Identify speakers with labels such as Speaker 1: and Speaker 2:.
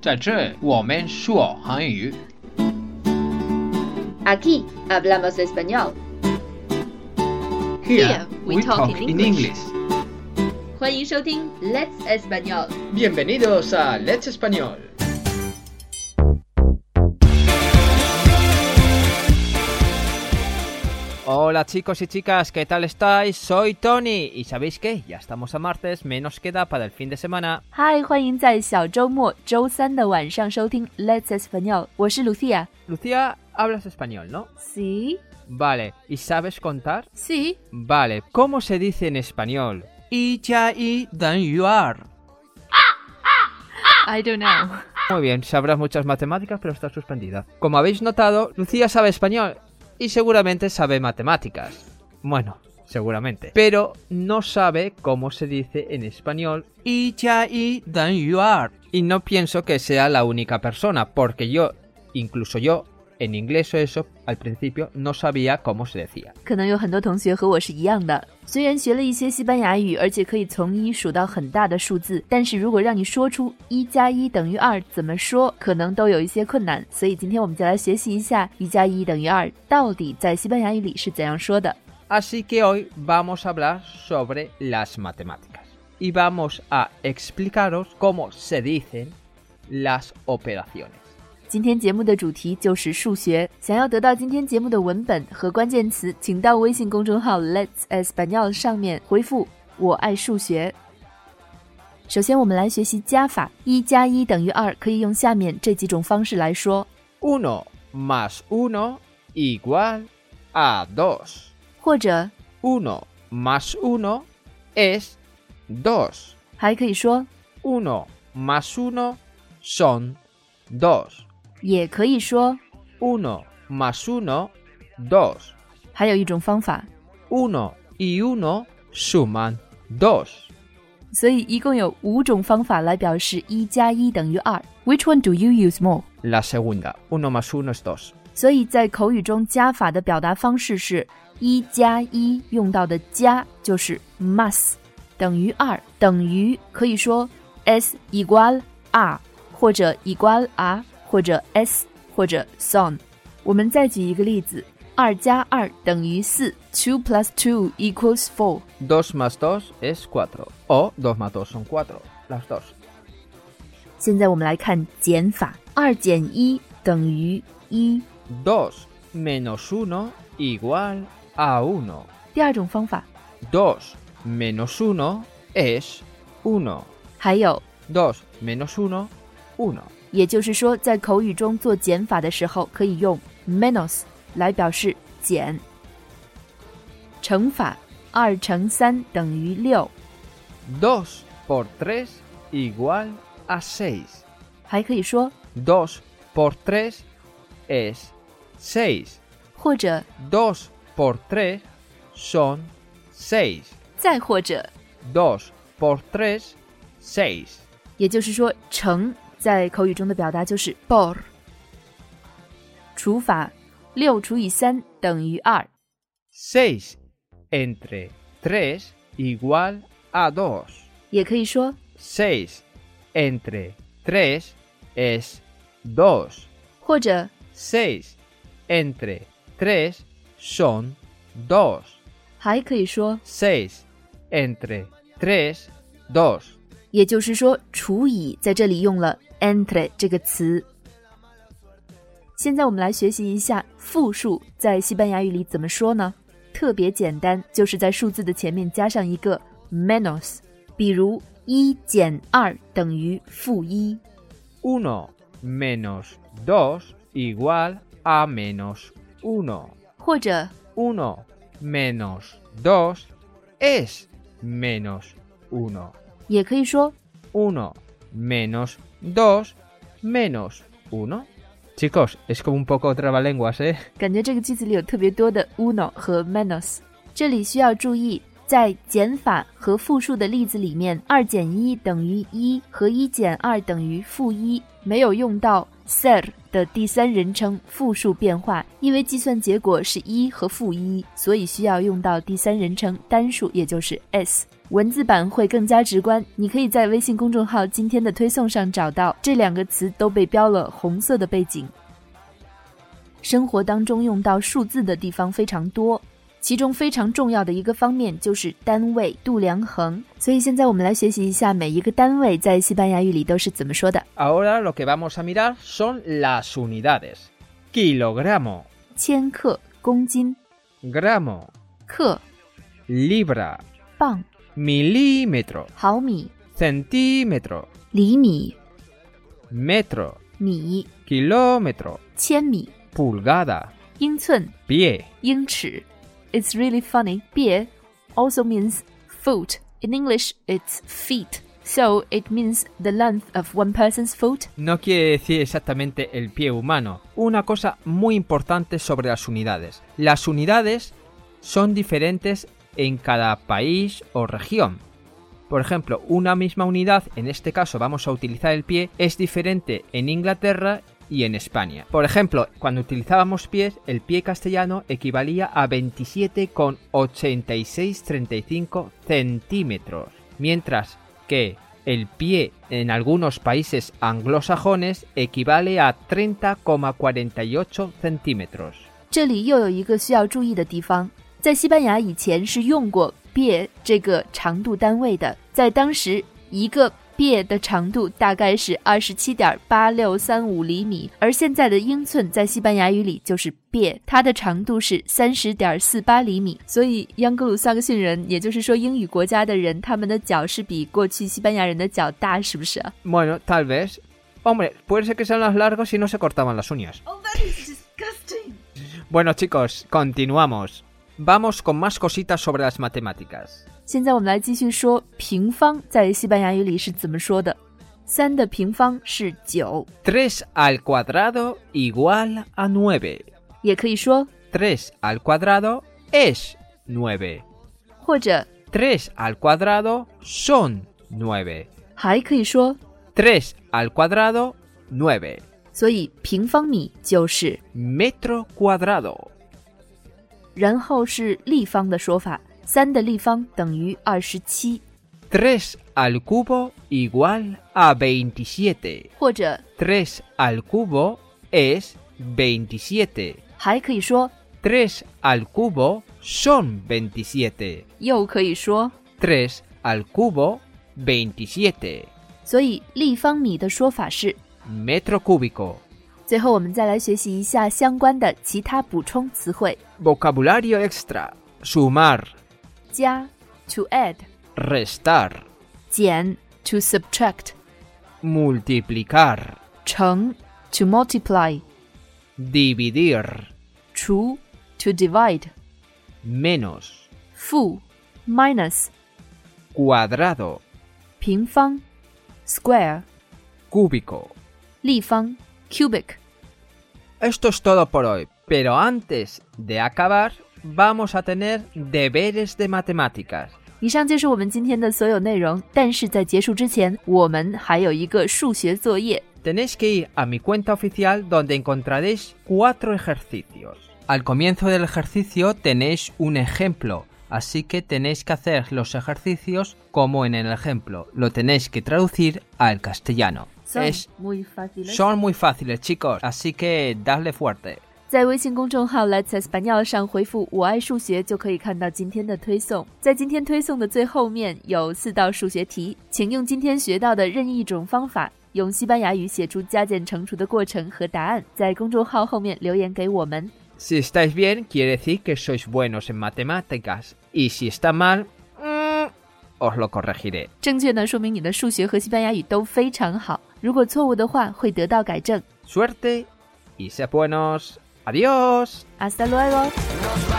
Speaker 1: 在这，我们说韩语。
Speaker 2: Aquí hablamos español。
Speaker 3: Here we talk in English.
Speaker 2: 欢迎收听 Let's Español。
Speaker 3: Bienvenidos a Let's Español.
Speaker 4: Hola chicos y chicas, ¿qué tal estáis? Soy Tony y sabéis qué, ya estamos a martes, menos queda para el fin de semana.
Speaker 5: 嗨，欢迎在小周末周三的晚上收听 Let's Español，我是 Lucia。
Speaker 4: Lucía, hablas español, ¿no?
Speaker 5: Sí,
Speaker 4: Vale, ¿y sabes contar?
Speaker 5: sí.
Speaker 4: Vale, ¿cómo se dice en español? Y ya y dan
Speaker 5: I don't know.
Speaker 4: Muy bien, sabrás muchas matemáticas, pero estás suspendida. Como habéis notado, Lucía sabe español y seguramente sabe matemáticas. Bueno, seguramente. Pero no sabe cómo se dice en español y ya y dan Y no pienso que sea la única persona, porque yo, incluso yo, en inglés o eso, al principio no sabía cómo se decía.
Speaker 5: 可能有很多同学和我是一样的，虽然学了一些西班牙语，而且可以从一数到很大的数字，但是如果让你说出一加一等于二怎么说，可能都有一些困难。所以今天我们就来学习一下一加一等于二到底在西班牙语里是怎样说的。
Speaker 4: Así que hoy vamos a hablar sobre las matemáticas y vamos a explicaros cómo se dicen las operaciones.
Speaker 5: 今天节目的主题就是数学。想要得到今天节目的文本和关键词，请到微信公众号 Let's Español 上面回复“我爱数学”。首先，我们来学习加法，一加一等于二，可以用下面这几种方式来说，
Speaker 4: 1 más 1 igual a 2.
Speaker 5: 或者
Speaker 4: 1 más 1 es 2.
Speaker 5: 还可以说，
Speaker 4: 1 más 1 son 2.
Speaker 5: 也可以说。
Speaker 4: 1 más 1, 2.
Speaker 5: 还有一种方法，
Speaker 4: 1 y 1 suman 2.
Speaker 5: 所以一共有五种方法来表示一加一等于二。Which one do you use more？
Speaker 4: La segunda, 1 más 1 es 2.
Speaker 5: 所以在口语中，加法的表达方式是一加一，用到的加就是 más 等于二，等于可以说 es igual a 或者 igual a 或者 s 或者 son。我们再举一个例子，二加二等于四，two plus two equals four。
Speaker 4: 2 más 2 es 4. O 2 más 2 son 4. Las dos.
Speaker 5: 现在我们来看减法，二减一等于一。
Speaker 4: 2 menos 1 igual a 1.
Speaker 5: 第二种方法
Speaker 4: 2 menos 1 es 1.
Speaker 5: 还有。
Speaker 4: 2 menos 1, 1.
Speaker 5: 也就是说，在口语中做减法的时候，可以用 menos 来表示减。乘法，二乘三等于六，
Speaker 4: 2 por 3 igual a 6.
Speaker 5: 还可以说，
Speaker 4: 2 por 3 es 6.
Speaker 5: 或者
Speaker 4: 2 por 3 son 6.
Speaker 5: 再或者，
Speaker 4: 2 por 3, 6.
Speaker 5: 也就是说，乘在口语中的表达就是 por。除法，六除以三等于二，
Speaker 4: 6 entre 3 igual a 2.
Speaker 5: 也可以说
Speaker 4: 6 entre 3 es 2.
Speaker 5: 或者
Speaker 4: 6 entre 3 son 2.
Speaker 5: 还可以说，
Speaker 4: 6 entre 3, 2.
Speaker 5: 也就是说，除以在这里用了 entre 这个词。现在我们来学习一下复数在西班牙语里怎么说呢？特别简单，就是在数字的前面加上一个 menos，比如一减二等于负一，
Speaker 4: 1 menos 2 igual a menos 1.
Speaker 5: 或者
Speaker 4: 1 menos 2 es menos 1.
Speaker 5: 也可以说
Speaker 4: 1 menos 2 menos 1. Chicos, es como un poco trabalenguas, ¿eh?
Speaker 5: 感觉这个句子里有特别多的 uno 和 menos。这里需要注意，在减法和复数的例子里面，二减一等于一和一减二等于负一，没有用到 ser 的第三人称复数变化，因为计算结果是一和负一，所以需要用到第三人称单数，也就是 s。文字版会更加直观。你可以在微信公众号今天的推送上找到这两个词，都被标了红色的背景。生活当中用到数字的地方非常多，其中非常重要的一个方面就是单位度量衡。所以现在我们来学习一下每一个单位在西班牙语里都是怎么说的。
Speaker 4: Ahora lo que vamos a mirar son las unidades. Kilogramo,
Speaker 5: 千克、公斤、
Speaker 4: gramo,
Speaker 5: 克、
Speaker 4: libra,
Speaker 5: 磅、
Speaker 4: milímetro,
Speaker 5: 毫米、
Speaker 4: centímetro,
Speaker 5: 厘米、
Speaker 4: metro,
Speaker 5: 米、
Speaker 4: kilómetro,
Speaker 5: 千米、
Speaker 4: pulgada,
Speaker 5: 英寸、
Speaker 4: pie,
Speaker 5: 英尺。It's really funny. 别 also means foot. In English, it's feet. So it means the length of one person's foot.
Speaker 4: No quiere decir exactamente el pie humano. Una cosa muy importante sobre las unidades. Las unidades son diferentes en cada país o región. Por ejemplo, una misma unidad, en este caso vamos a utilizar el pie, es diferente en Inglaterra y en España. Por ejemplo, cuando utilizábamos pies, el pie castellano equivalía a 27,8635 centímetros, mientras que el pie en algunos países anglosajones equivale a 30,48 centímetros.
Speaker 5: 这里又有一个需要注意的地方，在西班牙以前是用过 “bie” 这个长度单位的，在当时一个 “bie” 的长度大概是二十七点八六三五厘米，而现在的英寸在西班牙语里就是 “bie”，它的长度是三十点四八厘米。所以，央格鲁撒克逊人，也就是说英语国家的人，他们的脚是比过去西班牙人的脚大，是不是啊？
Speaker 4: Bueno, tal vez. Hombre, puede ser que sean las largas si no se cortaban las uñas.
Speaker 2: Oh, that is disgusting.
Speaker 4: Bueno, chicos, continuamos. Vamos con más cositas sobre las matemáticas.
Speaker 5: 现在我们来继续说平方在西班牙语里是怎么说的。三的平方是九，
Speaker 4: 3 al cuadrado igual a 9.
Speaker 5: 也可以说，
Speaker 4: 3 al cuadrado es 9.
Speaker 5: 或者
Speaker 4: 3 al cuadrado son 9.
Speaker 5: 还可以说。
Speaker 4: 3 al cuadrado 9.
Speaker 5: 所以平方米就是。
Speaker 4: Metro cuadrado.
Speaker 5: 然后是立方的说法，三的立方等于二十七，
Speaker 4: 3 al cubo igual a 27.
Speaker 5: 或者
Speaker 4: 3 al cubo es 27.
Speaker 5: 还可以说，
Speaker 4: 3 al cubo son 27.
Speaker 5: 又可以说。
Speaker 4: 3 al cubo 27.
Speaker 5: 所以立方米的说法是。
Speaker 4: Metro cúbico.
Speaker 5: 最后，我们再来学习一下相关的其他补充词汇：
Speaker 4: Vocabulario extra. Sumar.
Speaker 5: 加 （to add）、
Speaker 4: Restar.
Speaker 5: 减 （to subtract）、
Speaker 4: Multiplicar.
Speaker 5: 乘 （to multiply）、
Speaker 4: Dividir.
Speaker 5: 除 （to divide）、
Speaker 4: Menos.
Speaker 5: 负 （minus）、
Speaker 4: Cuadrado.
Speaker 5: 平方 （square）、
Speaker 4: Cúbico.
Speaker 5: 立方 （cubic）。
Speaker 4: Esto es todo por hoy, pero antes de acabar vamos a tener deberes de matemáticas.
Speaker 5: 以上就是我们今天的所有内容。但是在结束之前，我们还有一个数学作业。
Speaker 4: Tenéis que ir a mi cuenta oficial donde encontraréis cuatro ejercicios. Al comienzo del ejercicio tenéis un ejemplo, así que tenéis que hacer los ejercicios como en el ejemplo. Lo tenéis que traducir al castellano. Es- son muy fáciles chicos, así que dadle fuerte.
Speaker 5: 在微信公众号 Let's Espanol 上回复“我爱数学”就可以看到今天的推送。在今天推送的最后面有四道数学题，请用今天学到的任意一种方法，用西班牙语写出加减乘除的过程和答案，在公众号后面留言给我们。
Speaker 4: Si estáis bien, quiere decir que sois buenos en matemáticas. Y si está mal, mm, os lo corregiré.
Speaker 5: 正确呢，说明你的数学和西班牙语都非常好；如果错误的话，会得到改正。
Speaker 4: Suerte y sed buenos. Adiós.
Speaker 5: Hasta luego.
Speaker 6: Nos